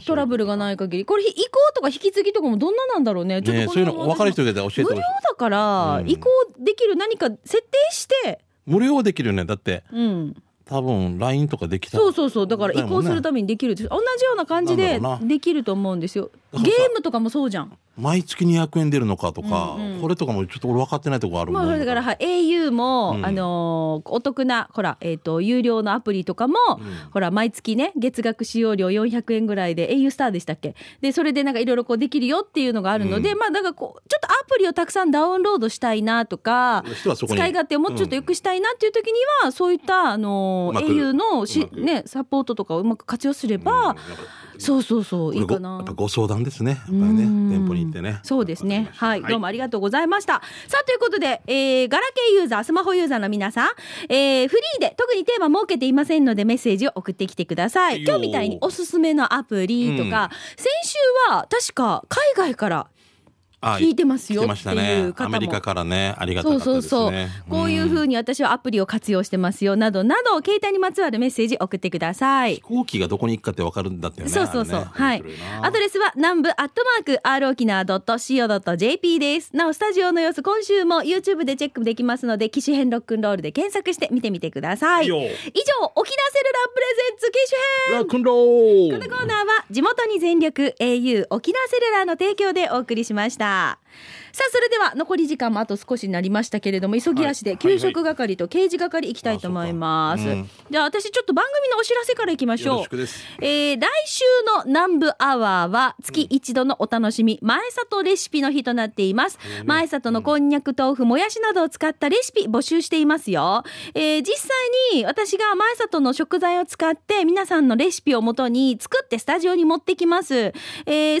Speaker 2: ー
Speaker 1: トラブルがない限りこれ移行とか引き継ぎとかもどんななんだろうねちょっ
Speaker 2: ね
Speaker 1: と
Speaker 2: そういうの分かる人がいたら教え
Speaker 1: 無
Speaker 2: て
Speaker 1: 料
Speaker 2: ほしい
Speaker 1: だから、
Speaker 2: うん
Speaker 1: 移行できる何か設定して、
Speaker 2: 無料できるよねだって
Speaker 1: うん、
Speaker 2: 多分 LINE とかできたら
Speaker 1: そうそうそうだから移行する
Speaker 2: だ
Speaker 1: ためにできるって同じような感じ
Speaker 2: な
Speaker 1: で
Speaker 2: んだろうな
Speaker 1: できると思うんですよ
Speaker 2: だ
Speaker 1: ゲ
Speaker 2: からさ
Speaker 1: ームとかもそうじゃん
Speaker 2: 毎月200円出るのかとか、
Speaker 1: うんうん
Speaker 2: これとかもちょっと俺分かってないとこあるも
Speaker 1: ま
Speaker 2: ん
Speaker 1: あ、それだから、はい、au も、
Speaker 2: うん
Speaker 1: あのーお得なほら、えー、と有料のアプリとかも、ほら毎月ね月額使用料400円ぐらいで au スターでしたっけでそれでなんかいろいろこうできるよっていうのがあるので、
Speaker 2: うん
Speaker 1: まあだからこうちょっとアプリをたくさんダウンロードしたいなとか
Speaker 2: 人はそこに
Speaker 1: 使い勝手をもうちょっと良くしたいなっていう時には、そういった、あの
Speaker 2: う
Speaker 1: ー
Speaker 2: まく
Speaker 1: au の
Speaker 2: う
Speaker 1: し
Speaker 2: ま、く
Speaker 1: ね、サポートとかをうまく活用すれば、
Speaker 2: うんやっぱ
Speaker 1: そうそうそう
Speaker 2: これ
Speaker 1: いい
Speaker 2: ご
Speaker 1: かな
Speaker 2: やっぱご相談ですねやっぱり
Speaker 1: う
Speaker 2: ね
Speaker 1: ん
Speaker 2: 店舗に行ってね
Speaker 1: そうですね。はい、どうもあ
Speaker 2: り
Speaker 1: りがとうございました。さあ、ということで、えー、ガラケーユーザー、スマホユーザーの皆さん、えー、フリーで特にテーマ設けていませんのでメッセージを送ってきてくださ
Speaker 2: い
Speaker 1: い。
Speaker 2: いよ
Speaker 1: 今日みたいにおすすめのアプリとか、先週は確か海外から聞いてますよ
Speaker 2: 来てま
Speaker 1: っ
Speaker 2: してたね
Speaker 1: いう
Speaker 2: ア
Speaker 1: 方も。
Speaker 2: メリカからねありがた
Speaker 1: そ
Speaker 2: か
Speaker 1: う
Speaker 2: った
Speaker 1: そ
Speaker 2: で
Speaker 1: う
Speaker 2: すね
Speaker 1: そう、こういうふ
Speaker 2: ん
Speaker 1: うに私はアプリを活用してますよなどなど携帯にまつわるメッセージ送ってください
Speaker 2: 飛。行機がどこに行くかって分かるんだったよね
Speaker 1: そうそうそう、は
Speaker 2: あ
Speaker 1: い
Speaker 2: れね面白な
Speaker 1: アドレスは南部アットマーク r 沖縄 .co.jp ですなおスタジオの様子今週も YouTube でチェックできますので機種編ロックンロールで検索して見てみてください
Speaker 2: いい
Speaker 1: 以上
Speaker 2: よ
Speaker 1: 沖縄セルラープレゼンツ機種編
Speaker 2: ラクンロ
Speaker 1: こ
Speaker 2: ー
Speaker 1: のコーナーは地元に全力 au 沖縄セルラーの提供でお送りしましたさあそれでは残り時間もあと少しになりましたけれども急ぎ足
Speaker 2: は
Speaker 1: で
Speaker 2: いは
Speaker 1: 給
Speaker 2: いはい
Speaker 1: 食係と刑事係行きたいと思います、
Speaker 2: あそうかうん
Speaker 1: じゃあ私ちょっと番組のお知らせからいきまし
Speaker 2: よ
Speaker 1: ょ
Speaker 2: ろ
Speaker 1: う
Speaker 2: しくです
Speaker 1: えー来週の南部アワーは月一度のお楽しみ、前里レシピの日となっています。前里のこんにゃく豆腐、もやしなどを使ったレシピ募集していますよ。えー実際に私が前里の食材を使って皆さんのレシピをもとに作ってスタジオに持ってきます。えー採用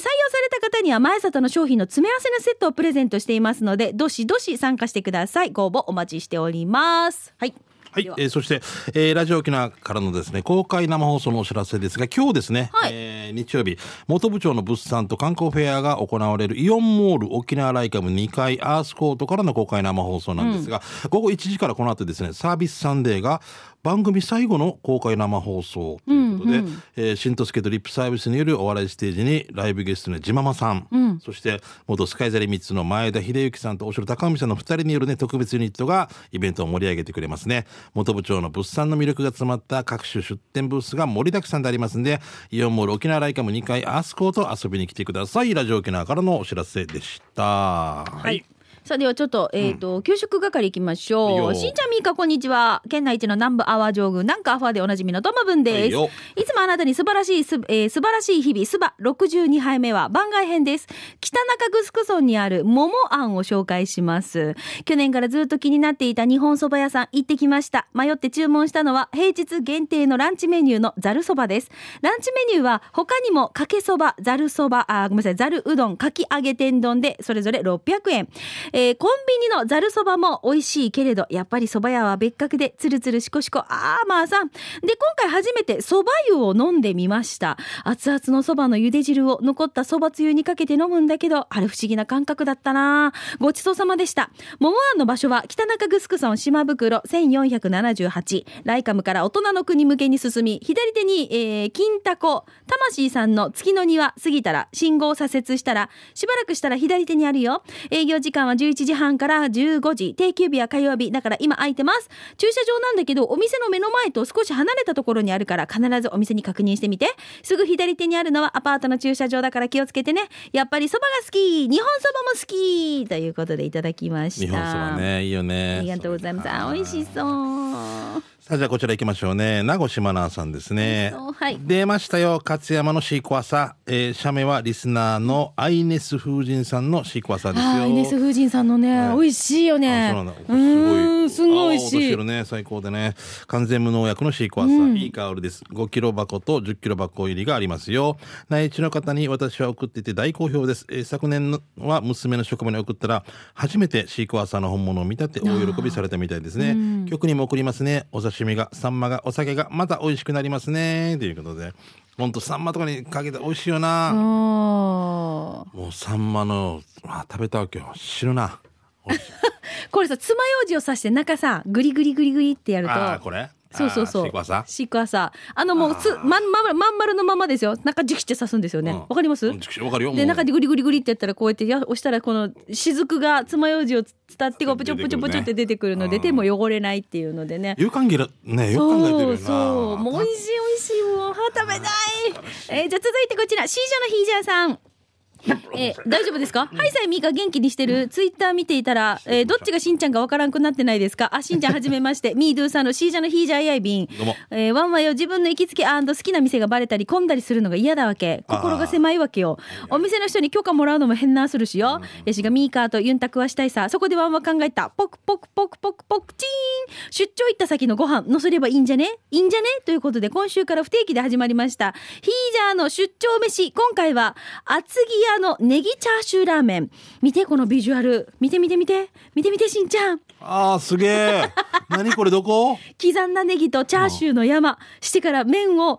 Speaker 1: された方には前里の商品の詰め合わせのセットをプレゼントしていますので、どしどし参加してください。ご応募お待ちしております。はい。
Speaker 2: はい
Speaker 1: では、
Speaker 2: えーそして、えーラジオ沖縄からのですね、公開生放送のお知らせですが、今日ですね、
Speaker 1: はい
Speaker 2: えー日曜日、元部長の物産と観光フェアが行われるイオンモール沖縄ライカム2階アースコートからの公開生放送なんですが、午後1時からこの後ですね、サービスサンデーが番組最後の公開生放送ということで、えー新都助とリップサービスによるお笑いステージにライブゲストのジママさん、そして元スカイザリミッツの前田秀幸さんと大城高文さんの2人による、ね、特別ユニットがイベントを盛り上げてくれますね元部長の物産の魅力が詰まった各種出店ブースが盛りだくさんでありますんでイオンモール沖縄ライカム2階アースコート遊びに来てくださいラジオ沖縄からのお知らせでしたは
Speaker 1: はい。さあではちょっと、えっ、と、給食係行きまし
Speaker 2: いい
Speaker 1: ょ
Speaker 2: よ
Speaker 1: う。しんちゃんみーか、こんにちは。県内一の南部アワー上宮、南下アファーでおなじみのトマブン
Speaker 2: は
Speaker 1: で
Speaker 2: い
Speaker 1: す。
Speaker 2: よ
Speaker 1: いつもあなたに素晴らしいす、えー素晴らしい日々、スバ62杯目は番外編です。北中城村にある桃庵を紹介します。去年からずっと気になっていた日本そば屋さん行ってきました。迷って注文したのは平日限定のランチメニューのざるそばです。ランチメニューは他にもかけそば、ざるそば、あー、ごめんなさい、ざるうどん、かき揚げ天丼でそれぞれ600円。えーコンビニのざるそばも美味しいけれど、やっぱりそば屋は別格でつるつるしこしこ、あーまあさん。で、今回初めてそば湯を飲んでみました。熱々のそばの茹で汁を残ったそばつゆにかけて飲むんだけど、あれ不思議な感覚だったなごちそうさまでした。桃庵の場所は北中城村島袋1478。ライカムから大人の国向けに進み、左手に、えー金太鼓、魂さんの月の庭過ぎたら、信号を左折したら、しばらくしたら左手にあるよ。営業時間は11時半から15時、定休日は火曜日、だから今空いてます。駐車場なんだけど、お店の目の前と少し離れたところにあるから、必ずお店に確認してみて。すぐ左手にあるのはアパートの駐車場だから気をつけてね。やっぱりそばが好き日本そばも好きということでいただきました。
Speaker 2: 日本そば。ねいいよね
Speaker 1: ありがとうございます。あ、
Speaker 2: は
Speaker 1: 美味しそう。
Speaker 2: さあじゃあこちら行きましょうね名護島奈さんですね
Speaker 1: 美味しそうはい
Speaker 2: 出ましたよ勝山のシークワサ、えー、社名はリスナーのアイネス風神さんのシークワサですよ
Speaker 1: あー、イネス風神さんのね、
Speaker 2: はい
Speaker 1: 美味しいよね。
Speaker 2: あそうなんだ
Speaker 1: うーんすごい美味
Speaker 2: 青々と
Speaker 1: し
Speaker 2: て
Speaker 1: い
Speaker 2: る。ね最高でね完全無農薬のシークワーサー、いい香りです5キロ箱と10キロ箱入りがありますよ内地の方に私は送っていて大好評です、えー昨年のは娘の職場に送ったら初めてシークワーサーの本物を見たって大喜びされたみたいですね、曲にも送りますねお刺身がサンマがお酒がまた美味しくなりますねということでほんとサンマとかにかけて美味しいよな、
Speaker 4: おー
Speaker 2: もうサンマのあ食べたわけよ知るな
Speaker 1: これさ、爪楊枝を刺して中さ、グリグリグリグリってやると。
Speaker 2: ああ、これ
Speaker 1: そうそうそう。
Speaker 2: あーシークワーサー
Speaker 1: シークワーサーあのもうつ、
Speaker 2: あー
Speaker 1: まん、まん、まん丸のままですよ。中ジュキって刺すんですよね。
Speaker 2: うん
Speaker 1: わ、かります
Speaker 2: うんわかるよ。も
Speaker 1: で
Speaker 2: う
Speaker 1: 中でグリグリグリってやったらこうやってや押したらこの雫が爪楊枝を伝ってこう
Speaker 2: 出
Speaker 1: プ
Speaker 2: て
Speaker 1: チョ
Speaker 2: くるね
Speaker 1: プチョプチョって出てくるので
Speaker 2: うん
Speaker 1: 手も汚れないっていうのでね。
Speaker 2: よく考えらね、よく考えてるよ
Speaker 1: そ
Speaker 2: な。
Speaker 1: うそうもう美味しい美味しいもうあー食べたいえーじゃあ続いてこちら C 社のヒージャーさんえー大丈夫ですか、はいさえみーか元気にしてる、ツイッター見ていたら、えーどっちがしんちゃんかわからんくなってないですかあしんちゃんはじめまして
Speaker 2: <laughs>
Speaker 1: ミードゥーさんのシージャーのヒージャーやいびん
Speaker 2: どうも
Speaker 1: えーワンワイを自分の行きつけ好きな店がバレたり混んだりするのが嫌だわけ心が狭いわけよお店の人に許可もらうのも変なするしよ、やしがミーカーとユンタクはしたいさそこでワンワン考えたポクポクポクポクポクチーン出張行った先のご飯のせればいいんじゃねいいんじゃねということで今週から不定期で始まりましたヒージャーの出張飯今回は厚木屋のネギチャーシューラーメン見てこのビジュアル見て見て見て見て見てしんちゃん
Speaker 2: ああ、す
Speaker 1: <laughs>
Speaker 2: げえ。何これどこ
Speaker 1: 刻んだネギとチャーシューの山してから麺を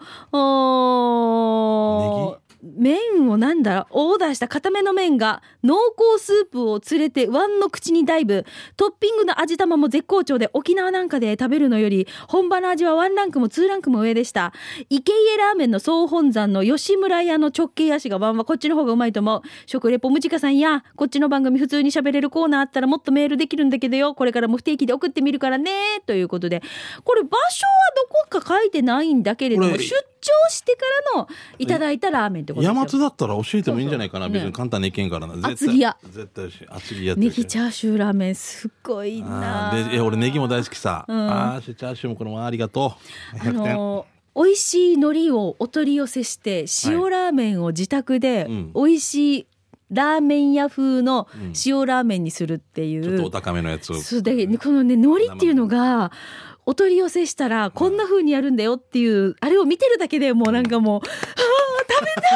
Speaker 1: おー麺をなんだろうオーダーした固めの麺が濃厚スープを連れてワンの口にダイブトッピングの味玉も絶好調で沖縄なんかで食べるのより本場の味はワンランクもツーランクも上でした池家ラーメンの総本山の吉村屋の直径足がワンはこっちの方がうまいと思う食レポムジカさんやこっちの番組普通に喋れるコーナーあったらもっとメールできるんだけどよこれからも不定期で送ってみるからねということでこれ場所はどこか書いてないんだけれども
Speaker 2: こ
Speaker 1: 出
Speaker 2: れ
Speaker 1: 張してからのいただいたラーメンってこと
Speaker 2: 山
Speaker 1: です
Speaker 2: 津
Speaker 1: よ
Speaker 2: だったら教えてもいいんじゃないかな。
Speaker 1: そうそう
Speaker 2: 別に簡単にいけんからな。
Speaker 1: 厚木屋
Speaker 2: 絶対し、厚木屋って
Speaker 1: ネギチャーシューラーメンすっごいな
Speaker 2: あーで、え、俺ネギも大好きさ。
Speaker 1: うん
Speaker 2: ああ、しチャーシューもこのままありがとう。
Speaker 1: あの美味しい海苔をお取り寄せして塩ラーメンを自宅で
Speaker 2: うん
Speaker 1: 美味しいラーメン屋風の
Speaker 2: うん
Speaker 1: 塩ラーメンにするっていう、
Speaker 2: ちょっとお高めのやつを。
Speaker 1: そうだけどこのね海苔っていうのがお取り寄せしたらこんな風にやるんだよっていうあれを見てるだけでもうなんかもう「あー食べたい!」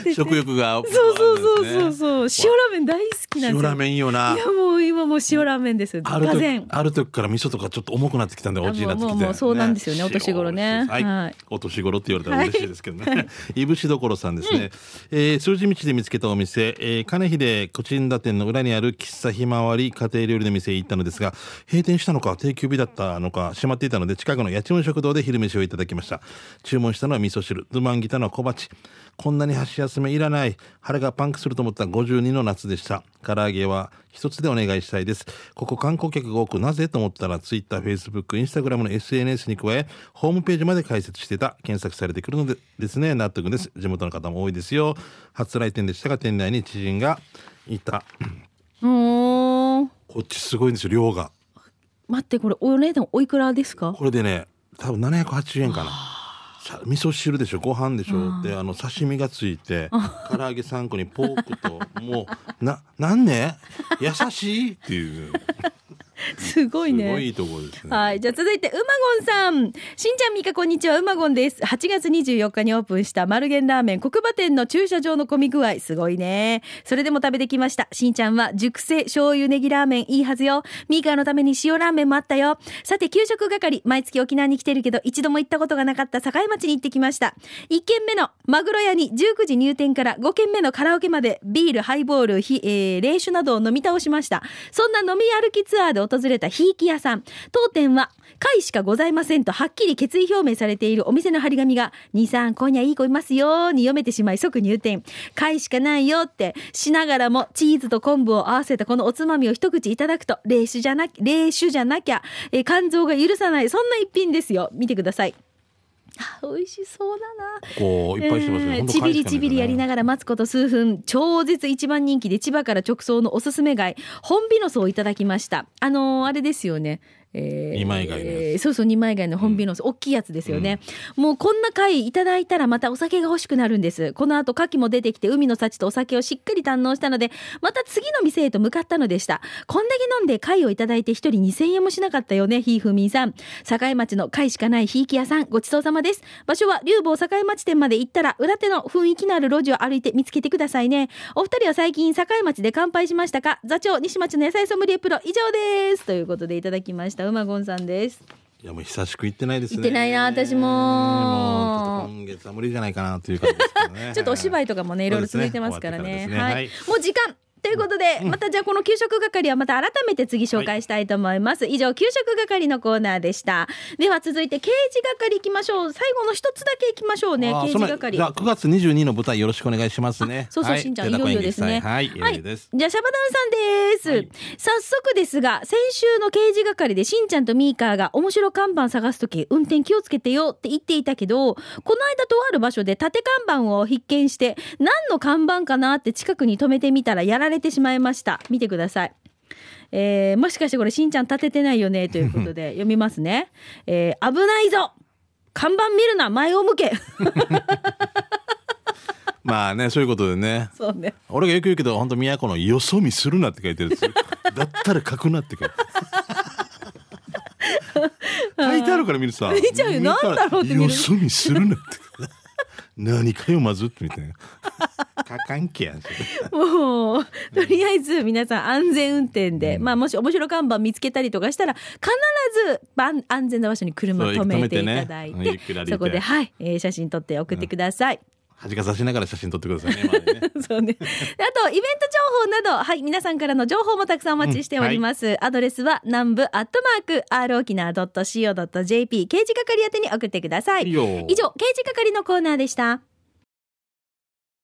Speaker 1: って
Speaker 2: 食欲が。
Speaker 1: そうそうそうそう
Speaker 2: う。
Speaker 1: そう塩ラーメン大好きなんですよ
Speaker 2: 塩ラーメンいいよな。
Speaker 1: いやもう今もう塩ラーメンです
Speaker 2: ある
Speaker 1: がぜ
Speaker 2: 時
Speaker 1: ん
Speaker 2: ある時から味噌とかちょっと重くなってきたんでおじいになってきて、
Speaker 1: もうもうもうそうなんですよねお年頃ね
Speaker 2: はい、
Speaker 1: はい
Speaker 2: お年頃って言われたら嬉しいですけどね、 <laughs> いぶしどころさんですね、えー数字道で見つけたお店、えー、金秀コチンダ店の裏にある喫茶ひまわり家庭料理の店へ行ったのですが閉店したのか定休日だったのか閉まっていたので近くの家賃食堂で昼飯をいただきました注文したのは味噌汁ズマンギタのは小鉢こんなに箸休めいらない腹がパンクすると思った52の夏でした唐揚げは一つでお願いしたいですここ観光客が多くなぜと思ったら TwitterFacebook インスタグラムの SNS に加えホームページまで開設してた検索されてくるのでですね納得です地元の方も多いですよ初来店でしたが店内に知人がいた
Speaker 1: うーん
Speaker 2: こっちすごいんですよ量が
Speaker 1: 待ってこれお値段おいくらですか
Speaker 2: これでね多分780円かなさ味噌汁でしょご飯でしょであの刺身がついて唐揚げ3個にポークともうななんね優しいっていう
Speaker 1: すごい
Speaker 2: す
Speaker 1: ね
Speaker 2: ごいいいところですね
Speaker 1: はい。じゃあ続いて、うまごんさん。しんちゃんみーかこんにちは、うまごんです。8月24日にオープンした丸源ラーメン黒馬店の駐車場の混み具合、すごいね。それでも食べてきました。しんちゃんは熟成醤油ネギラーメンいいはずよ。みーかのために塩ラーメンもあったよ。さて、給食係、毎月沖縄に来てるけど、一度も行ったことがなかった境町に行ってきました。1軒目のマグロ屋に19時入店から5軒目のカラオケまで、ビール、ハイボール、ひえー、冷酒などを飲み倒しました。そんな飲み歩きツアーで訪れたひいき屋さん。当店は、会しかございませんとはっきり決意表明されているお店の張り紙が、兄さん、今夜いい子いますよに読めてしまい即入店。会しかないよってしながらも、チーズと昆布を合わせたこのおつまみを一口いただくと、冷酒じゃなき、冷酒じゃなきゃ、えー肝臓が許さない、そんな一品ですよ。見てください。あ美味しそうだな。
Speaker 2: こういっぱいしてますね
Speaker 1: えー
Speaker 2: ほんと
Speaker 1: ちびり
Speaker 2: 返して
Speaker 1: ち
Speaker 2: ね
Speaker 1: びりやりながら待つこと数分超絶一番人気で千葉から直送のおすすめ街本美の巣をいただきましたあのーあれですよねえー
Speaker 2: 二枚貝のやつ
Speaker 1: えーそうそう二枚貝の本美の巣、大きいやつですよね、もうこんな貝いただいたらまたお酒が欲しくなるんですこの後牡蠣も出てきて海の幸とお酒をしっかり堪能したのでまた次の店へと向かったのでしたこんだけ飲んで貝をいただいて一人2000円もしなかったよねひいふみんさん境町の貝しかないひいき屋さんごちそうさまです場所は竜坊境町店まで行ったら裏手の雰囲気のある路地を歩いて見つけてくださいねお二人は最近境町で乾杯しましたか座長西町の野菜ソムリエプロ以上ですということでいただきましたうまごんさんです
Speaker 2: いやもう久しく行ってないですね
Speaker 1: 行ってないな私も
Speaker 2: もうちょっと今月は無理じゃないかなという感じですけどね
Speaker 1: ちょっとお芝居とかもねいろいろ続いてますから
Speaker 2: そう
Speaker 1: ね
Speaker 2: ですね終わってからですね
Speaker 1: はいも
Speaker 2: はい
Speaker 1: う時間ということで、またじゃあこの給食係はまた改めて次紹介したいと思います。以上、給食係のコーナーでした。では続いて、刑事係行きましょう。最後の一つだけ行きましょうね、
Speaker 2: あー
Speaker 1: 刑
Speaker 2: その
Speaker 1: 事係。
Speaker 2: じゃあ9月22の舞台よろしくお願いしますね。
Speaker 1: そうそう、
Speaker 2: はい
Speaker 1: しんちゃん、い
Speaker 2: 手高
Speaker 1: よいよですね。
Speaker 2: 演劇祭はい、いよいよです。
Speaker 1: じゃあ、シャバダンさんです。早速ですが、先週の刑事係でしんちゃんとミーカーが面白看板探すとき、運転気をつけてよって言っていたけど、この間とある場所で縦看板を必見して、何の看板かなって近くに止めてみたらやられてしまいました。見てください。えーもしかしてこれしんちゃん立ててないよねということ
Speaker 2: <laughs>
Speaker 1: で読みますね。えー危ないぞ看板見るな前を向
Speaker 2: <laughs>
Speaker 1: け
Speaker 2: まあね、そういうことでね。
Speaker 1: そうね。
Speaker 2: 俺がよく言うけど、本当都のよそ見するなって書いてる
Speaker 1: <laughs>
Speaker 2: んですよ。だったら書くなって書いて
Speaker 1: <laughs>
Speaker 2: る。書いてあるから見るさ。見
Speaker 1: ちゃうよなんだろうって見る
Speaker 2: よそ見するなって。何かよまずってみたいな。書かんけやん。
Speaker 1: <laughs> もう、とりあえず皆さん安全運転で、まあもし面白看板見つけたりとかしたら、必ずばん安全な場所に車
Speaker 2: そう
Speaker 1: 止めてい
Speaker 2: 止めてね
Speaker 1: ただいて、
Speaker 2: うんゆっくり歩いて
Speaker 1: そこで、はい、えー写真撮って送ってください。 <laughs>
Speaker 2: 恥かさしながら写真撮ってくださいね。まだね
Speaker 1: そうね。であと、イベント情報など、はい、皆さんからの情報もたくさんお待ちしております。アドレスは、南部アットマーク、r 沖縄 .co.jp、刑事係宛てに送ってください。
Speaker 2: いい
Speaker 1: 以
Speaker 2: よ
Speaker 1: 上、刑事係のコーナーでした。